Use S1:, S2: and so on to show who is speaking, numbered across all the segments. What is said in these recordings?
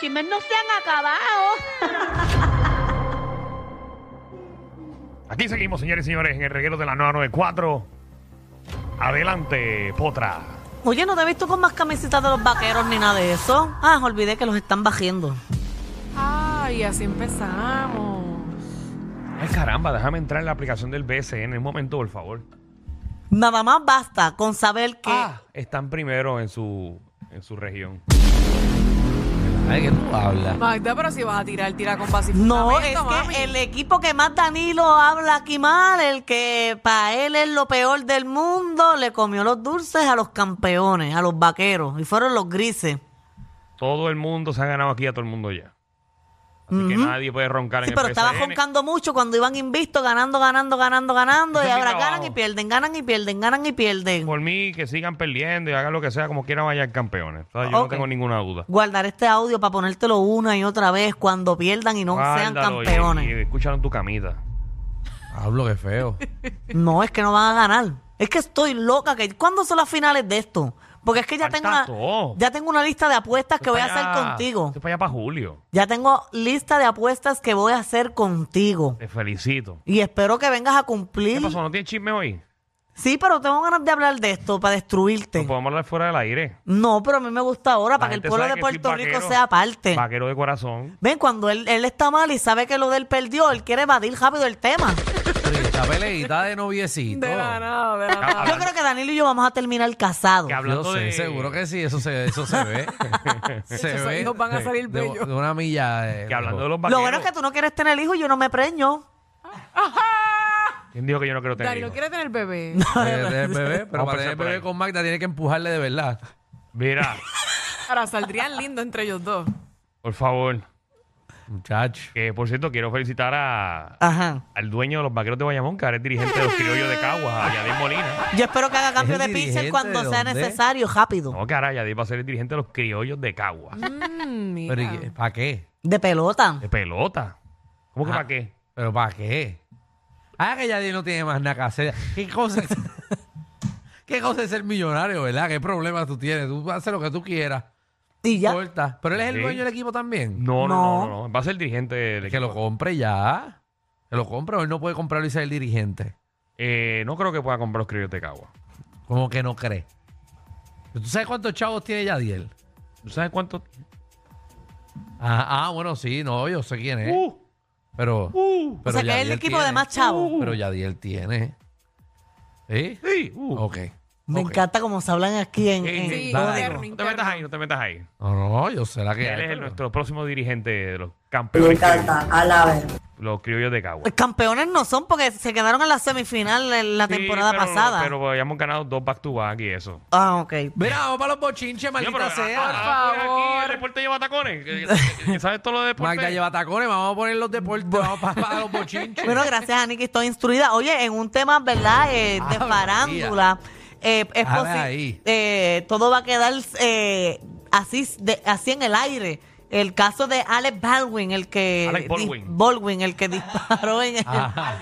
S1: chismes no se han acabado.
S2: Aquí seguimos, señores y señores, en el reguero de la 994. Adelante, Potra.
S3: Oye, no te he visto con más camisetas de los vaqueros ni nada de eso. Ah, olvidé que los están bajiendo.
S4: Ay, así empezamos.
S2: Ay, caramba, déjame entrar en la aplicación del BCN un momento, por favor.
S3: Nada más basta con saber que.
S2: Ah, están primero en su, en su región.
S5: Ay, que tú hablas.
S4: Magda, pero si vas a tirar, tira con paz y
S3: No, es
S4: fundamento,
S3: que
S4: mami.
S3: el equipo que más Danilo habla aquí mal, el que para él es lo peor del mundo, le comió los dulces a los campeones, a los vaqueros, y fueron los grises.
S2: Todo el mundo se ha ganado aquí a todo el mundo ya. Así que nadie puede roncar
S3: Sí,
S2: en
S3: pero
S2: el
S3: estaba
S2: BCN.
S3: roncando mucho cuando iban invistos, ganando, ganando, ganando, ganando,
S2: Ese
S3: y
S2: es mi
S3: ahora
S2: trabajo.
S3: ganan y pierden, ganan y pierden, ganan y pierden.
S2: Por mí, que sigan perdiendo y hagan lo que sea, como quieran, vayan campeones. O sea, yo no
S3: Ok.
S2: tengo ninguna duda.
S3: Guardar este audio para ponértelo una y otra vez cuando pierdan y no sean
S2: Guárdalo,
S3: campeones.
S2: Y, y escucharon tu camita.
S5: Hablo que feo.
S3: No, es que no van a ganar. Es que estoy loca. Que, ¿Cuándo son las finales de esto? Porque es que ya
S2: Falta
S3: tengo, una,
S2: todo.
S3: ya tengo una lista de apuestas que voy a
S2: Esto es
S3: hacer
S2: para allá-
S3: contigo.
S2: esto es para allá para julio.
S3: Ya tengo lista de apuestas que voy a hacer contigo.
S2: Te felicito.
S3: Y espero que vengas a
S2: ¿Qué
S3: cumplir.
S2: pasó? ¿No tienes chisme hoy?
S3: Sí, pero tengo ganas de hablar de esto para
S2: Lo
S3: destruirte.
S2: podemos hablar fuera del aire.
S3: No, pero a mí me gusta ahora
S2: La
S3: para que el
S2: gente
S3: pueblo
S2: sabe
S3: de
S2: que
S3: Puerto
S2: soy
S3: Rico
S2: vaquero,
S3: sea parte.
S2: Vaquero de corazón.
S3: Ven, cuando él, él está mal y sabe que lo de él perdió, él quiere evadir rápido el tema.
S5: Pero y esta peleita de noviecito.
S4: De la nada, de la
S2: Ah,
S4: nada.
S3: Yo creo que Danilo y yo vamos a terminar casados.
S2: Que
S5: Yo
S2: hablando
S5: sé,
S2: de...
S5: seguro que sí, eso se, eso se ve. se
S4: Esos
S5: ve.
S4: hijos van a salir
S5: de,
S4: bellos.
S5: de una milla. eh, de-
S2: Que hablando de los vaqueros.
S3: Lo bueno es que tú no quieres tener hijos y yo no me preño.
S2: ¿Quién dijo que yo no quiero tener
S4: Danilo
S2: hijos?
S4: quiere tener bebé.
S5: de- de bebé,
S2: Vamos a
S5: pero para tener
S2: empezar por
S5: bebé
S2: ahí.
S5: con Magda tiene que empujarle de verdad.
S2: Mira,
S4: Ahora saldrían lindos entre ellos dos.
S2: por favor.
S5: Muchacho.
S2: Que, por cierto, quiero felicitar a,
S3: Ajá.
S2: al dueño de los vaqueros de Bayamón, que ahora es dirigente de los criollos de Caguas, a Yadier Molina.
S3: Yo espero que haga cambio
S5: el
S3: de pitcher
S5: dirigente
S3: cuando
S5: de
S3: sea
S5: dónde?
S3: necesario, rápido.
S2: No, cara, Yadier va a ser el dirigente de los criollos de Caguas.
S4: Mm, mira.
S5: Pero ¿para qué?
S3: De pelota.
S2: De pelota. ¿Cómo que
S5: Ah.
S2: para qué?
S5: ¿Pero para qué? Ah, que Yadir no tiene más nada que hacer. ¿Qué cosa es, ¿Qué cosa es ser millonario, verdad? ¿Qué problema tú tienes? Tú haces lo que tú quieras.
S3: Y ya.
S5: Corta. Pero él es el
S2: Sí.
S5: dueño del equipo también.
S2: No, no,
S3: No.
S2: no, no, no. Va a ser el dirigente del
S5: Que lo
S2: equipo.
S5: compre ya. Que lo compre. o Él no puede comprarlo y ser el dirigente.
S2: Eh, no creo que pueda comprar los criollos de Caguas.
S5: Como que no cree. ¿Tú sabes cuántos chavos tiene Yadiel?
S2: ¿Tú sabes cuánto?
S5: Ah, ah, bueno, sí, no, yo sé quién es.
S2: Uh,
S5: pero,
S2: uh,
S3: o
S5: pero
S3: sea que es el
S5: Yadiel
S3: equipo
S5: tiene.
S3: de más chavos.
S5: Pero Yadiel tiene. ¿Sí?
S2: sí, uh.
S5: Ok.
S3: Me
S5: ok.
S3: encanta cómo se hablan aquí en. en
S2: Sí,
S3: código.
S5: dale.
S4: interno,
S2: No te metas
S4: interno.
S2: ahí, no te metas ahí.
S5: No, no, yo sé la que
S2: Él
S5: hay,
S2: es el-
S5: pero-
S2: nuestro próximo dirigente de los
S6: Me
S2: campeones,
S6: encanta, a la vez.
S2: los criollos de Caguas.
S3: Campeones no son porque se quedaron en la semifinal en la
S2: Sí,
S3: temporada
S2: pero-
S3: pasada.
S2: Pero habíamos ganado dos back to back y eso.
S3: Ah, ok.
S5: Mira, vamos para los bochinches, maldita
S2: Mira, pero-
S5: sea.
S2: ah, ah,
S4: Por
S2: aquí
S4: favor.
S2: el deporte lleva tacones. que- que- ¿Sabes todo lo de deporte?
S5: Magda lleva tacones, vamos a poner los deportes, vamos para, los bochinches.
S3: Bueno, gracias, Ani, que estoy instruida. Oye, en un tema, ¿verdad? Eh, de
S5: Ave
S3: farándula, eh, es
S5: Ave
S3: posible.
S5: ahí.
S3: todo va a quedar eh, así, de- así en el aire. El caso de Alec Baldwin, el que.
S2: Alec Baldwin.
S3: dis- Baldwin, el que disparó en el.
S5: Ajá.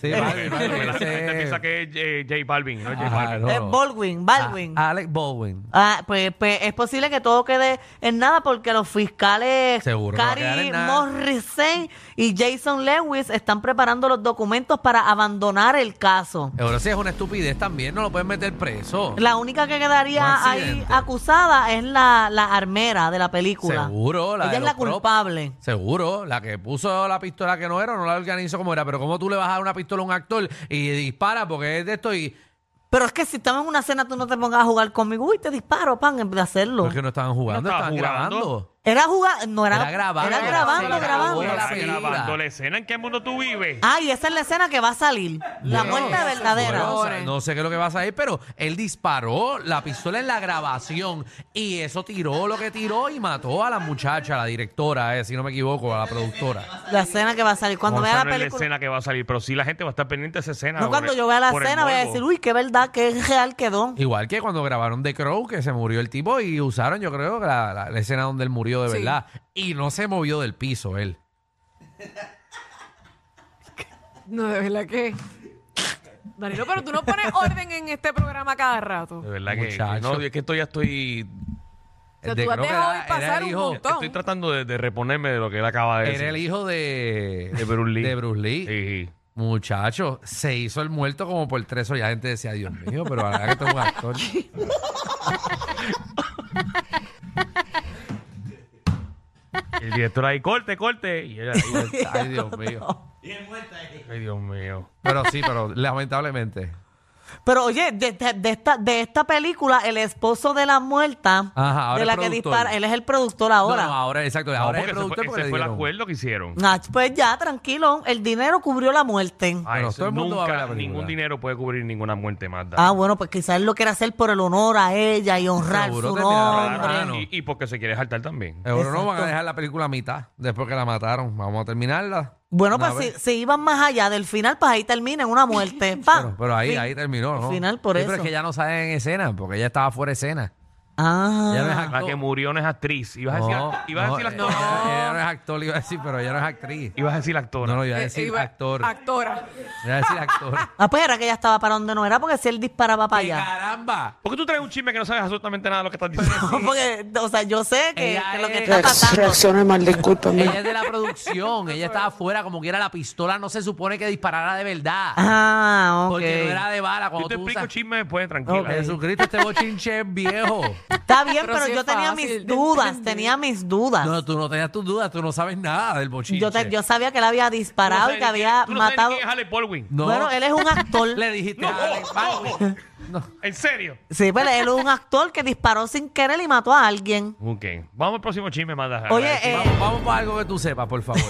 S5: Sí,
S2: Ok,
S5: Balvin,
S2: ok,
S5: Balvin,
S2: la gente
S5: ese-
S2: piensa que es eh, J Balvin, no es J
S5: Ajá,
S2: Balvin.
S5: no,
S3: Eh,
S5: no.
S3: Baldwin, Baldwin.
S5: Ah, Alec Baldwin.
S3: Ah, pues, pues es posible que todo quede en nada porque los fiscales
S5: Seguro no va a quedar
S3: Cary
S5: en nada.
S3: Morrison y Jason Lewis están preparando los documentos para abandonar el caso.
S5: Ahora sí es una estupidez también, no lo pueden meter preso.
S3: La única que quedaría
S5: Un
S3: ahí
S5: accidente.
S3: acusada es la, la armera de la película.
S5: Seguro, la
S3: Ella
S5: de
S3: es
S5: los
S3: la culpable.
S5: props. Seguro, la que puso la pistola que no era, no la organizó como era. Pero ¿cómo tú le vas a dar una pistola a un actor y dispara porque es de esto y...
S3: Pero es que si estamos en una cena, tú no te pongas a jugar conmigo. Uy, te disparo, pan, en vez de hacerlo.
S5: Porque no estaban jugando,
S2: No estaba
S5: estaban
S2: jugando.
S5: grabando.
S3: Era jugar, no era,
S5: Era grabando,
S3: Era
S5: se
S3: grabando,
S5: grabó
S3: grabando.
S5: la
S2: Mira,
S5: película.
S2: grabando la escena, ¿en qué mundo tú vives?
S3: Ah, y esa es la escena que va a salir. La
S5: Bueno,
S3: muerte
S5: bueno,
S3: verdadera.
S5: o sea, no sé qué es lo que vas a ir, pero él disparó la pistola en la grabación y eso tiró lo que tiró y mató a la muchacha, a la directora, eh, si no me equivoco, a la productora.
S3: La escena que va a salir. Cuando
S2: No,
S3: vea
S2: esa
S3: la
S2: no es
S3: película.
S2: escena que va a salir, pero sí la gente va a estar pendiente de esa escena.
S3: No,
S2: por
S3: cuando
S2: el-
S3: yo vea la
S2: por el
S3: escena voy a
S2: morbo.
S3: decir, uy, qué verdad, qué real quedó.
S5: Igual que cuando grabaron The Crow, que se murió el tipo y usaron, yo creo, la, la- la escena donde él murió de
S4: Sí.
S5: verdad. Y no se movió del piso él.
S4: No, de verdad que. Danilo, pero tú no pones orden en este programa cada rato.
S2: De verdad que,
S5: Muchacho.
S2: no, es que esto ya estoy
S4: sea,
S5: de-
S4: tú has
S5: creo que
S4: dejado
S5: era-
S4: ir pasar
S5: era el
S4: un
S5: hijo-
S4: montón.
S6: Estoy tratando de, de reponerme de lo que él acaba de
S5: Era el
S6: decir.
S5: hijo de,
S6: De Bruce Lee.
S5: De Bruce Lee.
S6: Sí.
S5: Muchacho, se hizo el muerto como por tres o ya la gente decía, Dios mío, pero la verdad que esto es un actor.
S6: El director ahí, corte, corte. Y él ahí,
S5: Ay, Dios mío.
S6: ay, Dios mío.
S5: Pero sí, pero lamentablemente.
S3: Pero oye, de, de- de esta, de esta película, el esposo de la muerta,
S5: Ajá, ahora
S3: de
S5: es
S3: la que
S5: productor.
S3: dispara, él es el productor
S5: No, no,
S3: ahora.
S5: ahora, exacto.
S6: No,
S5: ahora
S6: porque
S5: es el
S6: ese fue,
S5: productor porque
S6: ese
S5: le
S6: fue el
S5: dieron.
S6: acuerdo que hicieron.
S3: Ah, pues ya, tranquilo, el dinero cubrió la muerte.
S6: Ah,
S5: Bueno,
S6: eso
S5: todo el mundo va a ver la
S6: nunca,
S5: película.
S6: ningún dinero puede cubrir ninguna muerte más.
S3: Ah, bueno, pues quizás él lo quiere hacer por el honor a ella y honrar
S5: Seguro
S3: su
S5: te mirará
S3: nombre.
S5: la mano. no.
S6: Ah, y, y porque se quiere saltar también.
S5: Seguro no van a
S3: Exacto.
S5: dejar la película a mitad después que la mataron. Vamos a terminarla.
S3: Bueno,
S5: Una
S3: pues si,
S5: vez.
S3: si iban más allá del final, pues ahí termina en una muerte. pa.
S5: Pero, pero ahí,
S3: Fin.
S5: ahí terminó, ¿no?
S3: Al final, por
S5: Sí,
S3: eso.
S5: Pero es que ya no sale en escena, porque ella estaba fuera de escena.
S3: Ah.
S5: Ya no es
S6: La
S5: actor.
S6: que murió no es actriz. Ibas a decir,
S5: No,
S6: act- ibas a
S5: no,
S6: decir
S5: ella-
S6: actora.
S5: Ella no es actor, iba a decir, pero ella no es actriz.
S6: Ibas a decir actora.
S5: No, no, iba a
S4: Eh,
S5: decir
S4: iba-
S5: actor.
S4: Actora.
S5: Iba a decir actor.
S3: Ah, pues era que ella estaba para donde no era, porque si él disparaba para
S5: ¡Qué
S3: allá.
S5: ¡Caramba!
S6: ¿Por qué tú traes un chisme que no sabes absolutamente nada de lo que estás diciendo?
S3: No, porque, o sea, yo sé que,
S5: Ella
S3: que lo que
S5: es-
S3: está pasando.
S7: Reaccione mal, discúlpame.
S5: Ella es de la producción, ella estaba afuera como quiera la pistola, no se supone que disparara de verdad.
S3: Ah, ok.
S5: Porque no era de bala. Cuando
S6: Yo te
S5: tú
S6: explico
S5: usas-
S6: chisme después, tranquila.
S3: Ok.
S5: Jesucristo, este bochinche es viejo.
S3: Está bien,
S4: Pero
S3: pero,
S4: sí
S3: yo
S4: es
S3: tenía
S4: fácil
S3: mis
S4: de
S3: dudas,
S4: entender.
S3: tenía mis dudas.
S5: No, tú no tenías tus dudas, tú no sabes nada del bochinche.
S3: yo, te- yo sabía que él había
S6: Tú no
S3: disparado
S6: sabes
S3: y que
S6: ni
S3: había
S6: quién- tú no sabes ni
S3: matado.
S6: quién es Alec Baldwin.
S5: No.
S3: Bueno, él es un actor.
S5: Le dijiste
S6: No,
S5: a Alec Baldwin.
S6: ¿En serio?
S3: sí, pero él es un actor que disparó sin querer y mató a alguien.
S6: Ok. Vamos al próximo chisme, Mada.
S3: Oye, eh,
S5: Vamos, vamos para algo que tú sepas, por favor.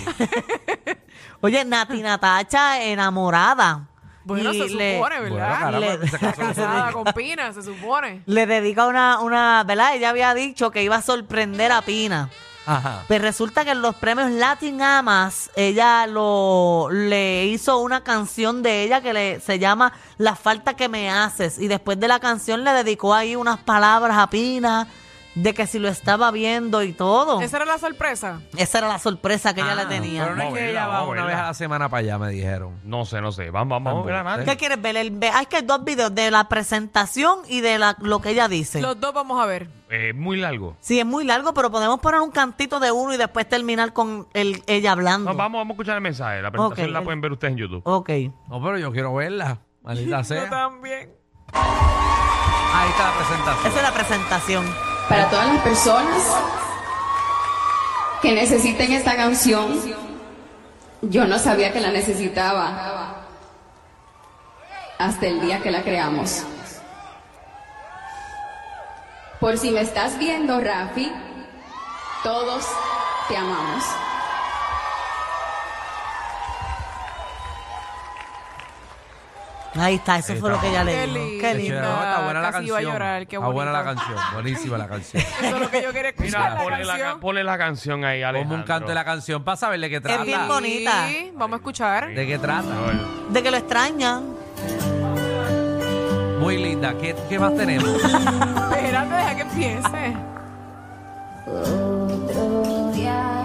S3: Oye, Nati Natacha enamorada.
S4: Bueno,
S3: Y
S4: se
S3: le-
S4: supone,
S5: Bueno,
S4: ¿verdad?
S5: caramba, este
S3: Le-
S5: se casó
S4: Casada con Pina, se supone.
S3: Le dedica una, una, ¿verdad? Ella había dicho que iba a sorprender a Pina.
S5: Ajá.
S3: Pues resulta que en los premios Latin Amas, ella lo, le hizo una canción de ella que le, se llama La falta que me haces. Y después de la canción le dedicó ahí unas palabras a Pina de que si lo estaba viendo y todo.
S4: Esa era la sorpresa.
S3: Esa era la sorpresa que ella
S5: Ah,
S3: le tenía.
S5: Pero no es
S6: Vamos a
S5: que
S6: verla,
S5: ella va
S6: vamos a
S5: una
S6: verla.
S5: vez a la semana para allá, me dijeron.
S6: No sé, no sé. Vamos, vamos, vamos a ver a Nati.
S3: ¿Qué quieres ver? El, ve- hay que hay dos videos de la presentación y de la- lo que ella dice.
S4: Los dos vamos a ver.
S6: Eh, muy largo.
S3: Sí, es muy largo, pero podemos poner un cantito de uno y después terminar con el, ella hablando.
S6: No, vamos, vamos a escuchar el mensaje. La presentación
S3: Ok.
S6: la pueden ver ustedes en YouTube.
S3: Ok.
S5: No, pero yo quiero verla. Maldita
S4: Yo
S5: sea.
S4: también.
S5: Ahí está la
S3: Esa es
S5: presentación.
S3: la presentación.
S8: para todas las personas que necesiten esta canción. Yo no sabía que la necesitaba hasta el día que la creamos. Por si me estás viendo, Rafi, todos te amamos.
S3: Ahí está, eso
S5: Ahí
S3: fue lo
S5: está.
S3: que ella le
S4: Qué
S3: dijo.
S4: lindo.
S3: Qué
S5: Qué
S3: lindo.
S5: chévere, no, está buena la
S4: Casi iba a
S5: canción.
S4: llorar, qué
S5: está buena la
S4: bonito.
S5: canción. Buenísima la canción.
S4: Eso es lo que yo quería escuchar,
S6: Mira,
S4: la
S6: ponle, la, ca-
S4: canción.
S6: ponle la canción ahí, Alejandro.
S5: Ponme un canto de la canción para saber de qué
S3: Es bien
S5: trata.
S3: bonito. bonita.
S4: Sí, vamos a escuchar.
S5: ¿De qué trata?
S6: No,
S3: De que lo extrañan.
S5: Muy linda. ¿Qué, qué más tenemos?
S4: Espérate, deja que empiece.
S8: Otro día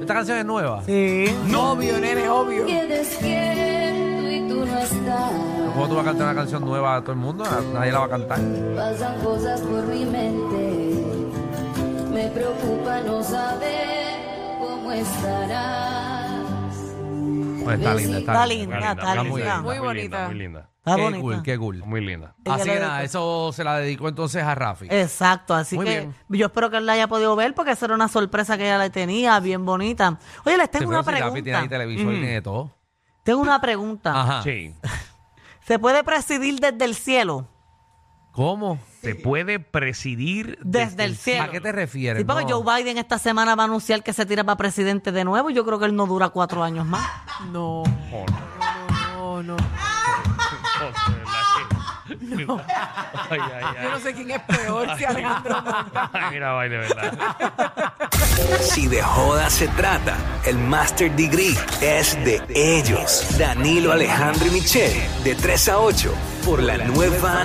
S5: Esta canción es nueva.
S3: Sí.
S4: Obvio, nene, obvio.
S8: que despierto y tú no estás.
S5: ¿Cómo tú vas a cantar una canción nueva a todo el mundo? Nadie la va a cantar.
S8: Pasan cosas por mi mente, me preocupa no saber cómo estarás.
S5: Pues está linda,
S3: Está
S5: está
S3: linda,
S5: linda.
S6: muy
S3: está linda.
S6: linda,
S4: Muy bonita.
S6: Muy linda.
S3: Está
S5: qué
S3: bonita.
S5: cool, qué cool.
S6: Muy linda.
S3: Ella le
S5: Así Ah, que
S3: dedicó.
S5: nada, eso se la dedico entonces a Rafi.
S3: Exacto, así
S5: Muy
S3: que
S5: bien.
S3: yo espero que él la haya podido ver porque esa era una sorpresa que ella le tenía, bien bonita. Oye, les tengo
S5: Sí,
S3: una
S5: pero si Rafi tiene
S3: pregunta. Mm. Ah.
S5: ahí televisor y tiene de todo.
S3: Tengo una pregunta.
S5: Ajá.
S6: Sí.
S3: ¿Se puede presidir desde el cielo?
S5: ¿Cómo?
S6: Se puede presidir
S3: Desde, el
S5: ¿A
S3: cielo.
S5: qué te refieres?
S3: Sí, porque
S5: No.
S3: Joe Biden esta semana va a anunciar que se tira para presidente de nuevo y yo creo que él no dura cuatro años más.
S4: No,
S6: Oh,
S4: no, no.
S6: no, de verdad que- Ay, ay, ay.
S4: Yo no sé quién es peor, si Alejandro o Magda.
S6: Ay, Mira, ay, de verdad.
S9: Si de joda se trata, el Master Degree es de ellos. Danilo Alejandro y Michelle, de 3 a 8, por la nueva